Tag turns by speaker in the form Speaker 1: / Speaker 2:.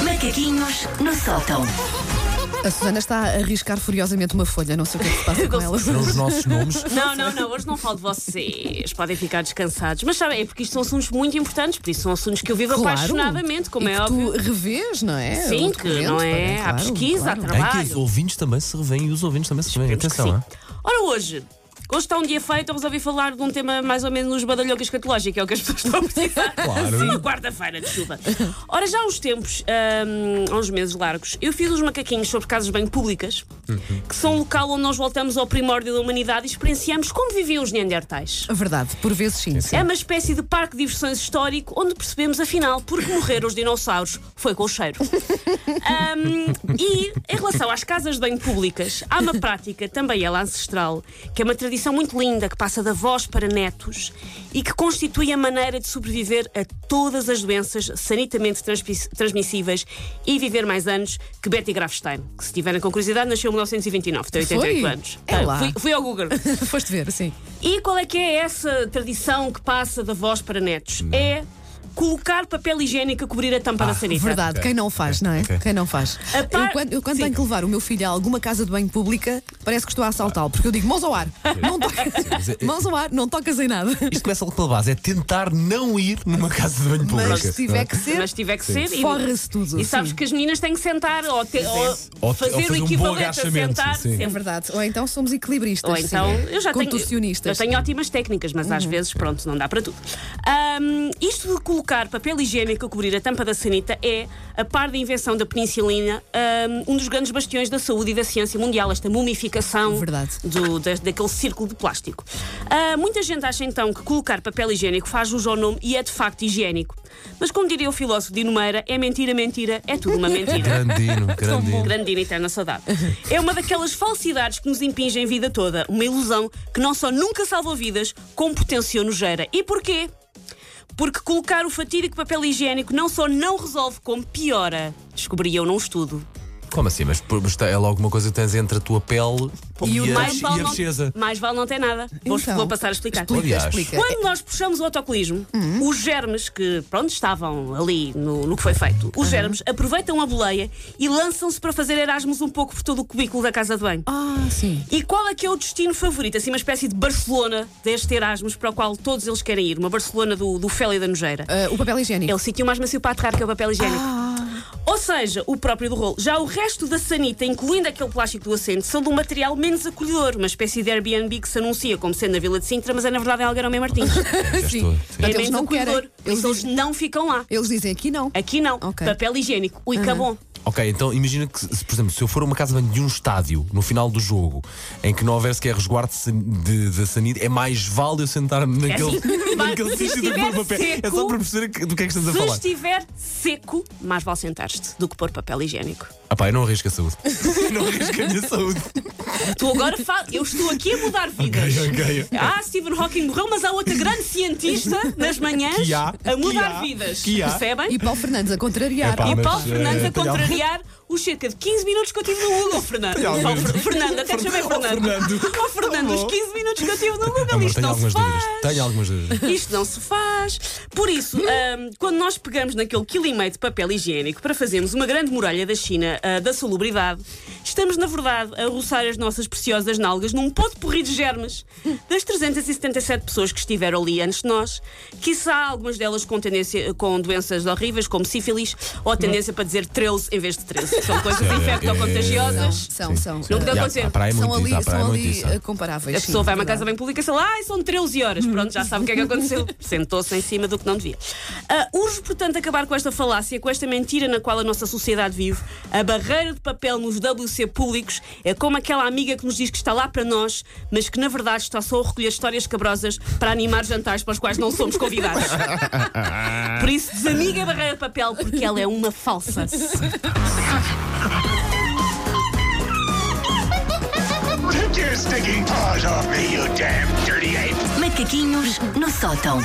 Speaker 1: Macaquinhos no sótão.
Speaker 2: A Susana está a arriscar furiosamente uma folha, não sei o que é que se passa com ela.
Speaker 3: Serão os nossos nomes.
Speaker 4: Não, não, não, hoje não falo de vocês. Podem ficar descansados. Mas sabem, é porque isto são assuntos muito importantes, por isso são assuntos que eu vivo apaixonadamente, como
Speaker 2: e
Speaker 4: é
Speaker 2: que
Speaker 4: óbvio.
Speaker 2: tu revês, não é?
Speaker 4: Sim,
Speaker 2: O
Speaker 4: que
Speaker 2: documento,
Speaker 4: não
Speaker 2: bem,
Speaker 4: é?
Speaker 2: claro,
Speaker 4: há pesquisa,
Speaker 2: claro.
Speaker 4: há
Speaker 3: É
Speaker 4: trabalho.
Speaker 3: que os ouvintes também se revêem e os ouvintes também se revêem.
Speaker 4: Temos que
Speaker 3: Atenção,
Speaker 4: sim. Ora, hoje. Hoje está um dia feito, eu resolvi falar de um tema mais ou menos badalhoca escatológico, é o que as pessoas estão a precisar.
Speaker 3: Claro.
Speaker 4: Sim, quarta-feira, desculpa. Ora, já há uns tempos, hum, há uns meses largos, eu fiz uns macaquinhos sobre casas bem públicas,
Speaker 2: Uhum.
Speaker 4: que são um local onde nós voltamos ao primórdio da humanidade e experienciamos como viviam os neandertais.
Speaker 2: Verdade, por vezes sim.
Speaker 4: É uma espécie de parque de diversões histórico onde percebemos, afinal, porque morreram os dinossauros foi com o cheiro. Ahm, e em relação às casas de banho públicas, há uma prática, também ela ancestral, que é uma tradição muito linda que passa de avós para netos e que constitui a maneira de sobreviver a todas as doenças sanitamente transpi- transmissíveis e viver mais anos que Betty Grafstein, que se tiverem com curiosidade nasceu em 1929, tem 88
Speaker 2: Foi?
Speaker 4: anos.
Speaker 2: É lá.
Speaker 4: Fui, fui ao Google.
Speaker 2: Foste ver, sim.
Speaker 4: E qual é que é essa tradição que passa da voz para netos? É colocar papel higiênico a cobrir a tampa da sanita.
Speaker 2: Verdade, quem não faz, não é?
Speaker 3: ok.
Speaker 2: Quem não faz.
Speaker 4: A par-
Speaker 2: Eu quando, eu quando
Speaker 4: Sim.
Speaker 2: tenho que levar o meu filho a alguma casa de banho pública, parece que estou a assaltá-lo, porque eu digo mãos ao ar, não
Speaker 3: mas é-
Speaker 2: tocas, mãos ao ar, não tocas em nada.
Speaker 3: Isto começa logo pela base, é tentar não ir numa casa de banho pública.
Speaker 2: Mas se tiver que ser,
Speaker 4: Mas tiver que ser. e-
Speaker 2: forra-se tudo.
Speaker 4: E sabes
Speaker 2: sim.
Speaker 4: que as meninas têm que sentar ou, te- ou
Speaker 3: Ou te- ou
Speaker 4: fazer,
Speaker 3: fazer
Speaker 4: o
Speaker 3: um bom
Speaker 4: equivalente a
Speaker 3: agachamento,
Speaker 4: sentar.
Speaker 3: sim.
Speaker 4: sempre.
Speaker 2: É verdade. Ou então somos equilibristas.
Speaker 4: Ou então,
Speaker 2: sim.
Speaker 4: eu já tenho. Eu
Speaker 2: Contorcionistas. Uhum.
Speaker 4: tenho ótimas técnicas, mas às vezes, pronto, não dá para tudo. Ahm, isto de colocar papel higiênico a cobrir a tampa da sanita é, a par da invenção da penicilina, ahm, um dos grandes bastiões da saúde e da ciência mundial, esta mumificação
Speaker 2: Verdade.
Speaker 4: do- da- daquele círculo de plástico. Ah, muita gente acha então que colocar papel higiênico faz jus ao nome e é de facto higiênico. Mas, como diria o filósofo Dino Meira, é mentira, mentira, é tudo uma mentira.
Speaker 3: Grandino, grandino.
Speaker 4: Grandina eterna saudade. É uma daquelas falsidades que nos impingem vida toda. Uma ilusão que não só nunca salvou vidas, como potenciou nojeira. E porquê? Porque colocar o fatídico papel higiênico não só não resolve, como piora. Descobri eu num estudo.
Speaker 3: Como assim? Mas, por- mas tá- é logo uma coisa que tens entre a tua pele e,
Speaker 2: o
Speaker 3: a,
Speaker 2: mais
Speaker 3: e a
Speaker 4: não,
Speaker 3: bexesa.
Speaker 4: mais vale não ter nada. Vou,
Speaker 2: Então,
Speaker 4: vou passar a explicar.
Speaker 2: Explica, Uhum.
Speaker 3: Aliás.
Speaker 2: explica.
Speaker 4: Quando nós puxamos o autocolismo, os germes que, pronto, estavam ali no, no que foi feito,
Speaker 2: Uhum.
Speaker 4: os germes aproveitam a boleia e lançam-se para fazer Erasmus um pouco por todo o cubículo da casa de banho.
Speaker 2: Ah, sim.
Speaker 4: E qual é que é o destino favorito? Assim, uma espécie de Barcelona deste Erasmus para o qual todos eles querem ir. Uma Barcelona do, do Fel e da Nojeira.
Speaker 2: Ah, o papel
Speaker 4: É
Speaker 2: higiênico.
Speaker 4: o sítio mais macio para aterrar que é o papel higiênico. Ou seja, o próprio do rolo. Já o resto da sanita, incluindo aquele plástico do assento, são de um material menos acolhedor. Uma espécie de Airbnb que se anuncia como sendo na Vila de Sintra, mas é na verdade em Algarão e Martins.
Speaker 3: Já
Speaker 2: sim.
Speaker 3: estou, sim.
Speaker 2: Portanto,
Speaker 4: é
Speaker 2: eles
Speaker 4: menos
Speaker 2: não
Speaker 4: acolhedor.
Speaker 2: querem.
Speaker 4: Por
Speaker 2: Eles
Speaker 4: isso eles
Speaker 2: dizem,
Speaker 4: não ficam lá.
Speaker 2: eles dizem aqui não.
Speaker 4: Aqui não.
Speaker 2: Ok.
Speaker 4: Papel higiênico. Ui, acabou.
Speaker 3: Ok, então imagina que, se, por exemplo, se eu for a uma casa de banho de um estádio no final do jogo em que não houver sequer resguardo de san- de- da sanidade, é mais válido eu sentar-me naquele,
Speaker 4: assim,
Speaker 3: naquele
Speaker 4: mas se
Speaker 3: sítio do que
Speaker 4: estiver
Speaker 3: pôr papel. É só
Speaker 4: seco-
Speaker 3: para perceber que- do que é que estamos a
Speaker 4: Se
Speaker 3: falar.
Speaker 4: estiver seco, mais vale sentar-te do que pôr papel higiênico.
Speaker 3: Ah, pá, eu não arrisco a saúde. Eu não arrisco a minha saúde.
Speaker 4: Tu agora fala, eu estou aqui a mudar vidas.
Speaker 3: Ok, ok.
Speaker 4: Ah, Stephen Hawking morreu, mas há outra grande cientista nas manhãs
Speaker 3: Que há,
Speaker 4: a mudar
Speaker 3: que há,
Speaker 4: vidas.
Speaker 3: que há.
Speaker 4: Percebem?
Speaker 2: E Paulo Fernandes a contrariar.
Speaker 3: Epá,
Speaker 4: E
Speaker 3: mas,
Speaker 4: Paulo
Speaker 3: eh,
Speaker 4: Fernandes a
Speaker 3: tenho algum-
Speaker 4: contrariar os cerca de 15 minutos que eu tive no Google, Fernando.
Speaker 3: Tenho algum-
Speaker 4: Só Fer- Fernando, até te chamei
Speaker 3: Oh,
Speaker 4: Fernando.
Speaker 3: um Fernando. Tá
Speaker 4: Oh, Fernando, os 15 minutos que eu tive no Google,
Speaker 3: Amor,
Speaker 4: isto
Speaker 3: tenho
Speaker 4: não se
Speaker 3: algumas dúvidas.
Speaker 4: faz.
Speaker 3: Tenho algumas dúvidas.
Speaker 4: Isto não se faz. Por isso, ahm, quando nós pegamos naquele quilo e meio de papel higiênico para fazermos uma grande muralha da China ah, da salubridade, estamos, na verdade, a roçar as nossas preciosas nalgas num pó de porri de germes das 377 pessoas que estiveram ali antes de nós, quiçá algumas delas com, tendência, com doenças horríveis, como sífilis, ou a tendência para dizer 13 em vez de 13, que são coisas
Speaker 3: É, é,
Speaker 4: infectocontagiosas.
Speaker 2: São,
Speaker 3: Sim,
Speaker 2: são.
Speaker 3: sim.
Speaker 4: Não podia
Speaker 3: E há-
Speaker 4: acontecer.
Speaker 3: há praia é
Speaker 2: são
Speaker 3: muito
Speaker 2: ali,
Speaker 3: isso, há praia é
Speaker 2: são
Speaker 3: muito
Speaker 2: ali
Speaker 3: isso.
Speaker 2: eh, comparáveis.
Speaker 4: A
Speaker 2: sim,
Speaker 4: pessoa vai a uma
Speaker 2: verdade.
Speaker 4: casa bem pública e sei lá, "Ai, são 13 horas. Pronto, já sabe o que é que aconteceu. Sentou-se em cima do que não devia. Ah, urge, portanto, acabar com esta falácia, com esta mentira na qual a nossa sociedade vive. A barreira de papel nos WC públicos é como aquela amiga que nos diz que está lá para nós, mas que na verdade está só a recolher histórias cabrosas para animar jantares para os quais não somos convidados. Por isso, desamiga a barreira de papel, porque ela é uma falsa.
Speaker 5: Take your stinking paws off me, you damn dirty ape!
Speaker 1: Macaquinhos no sótão.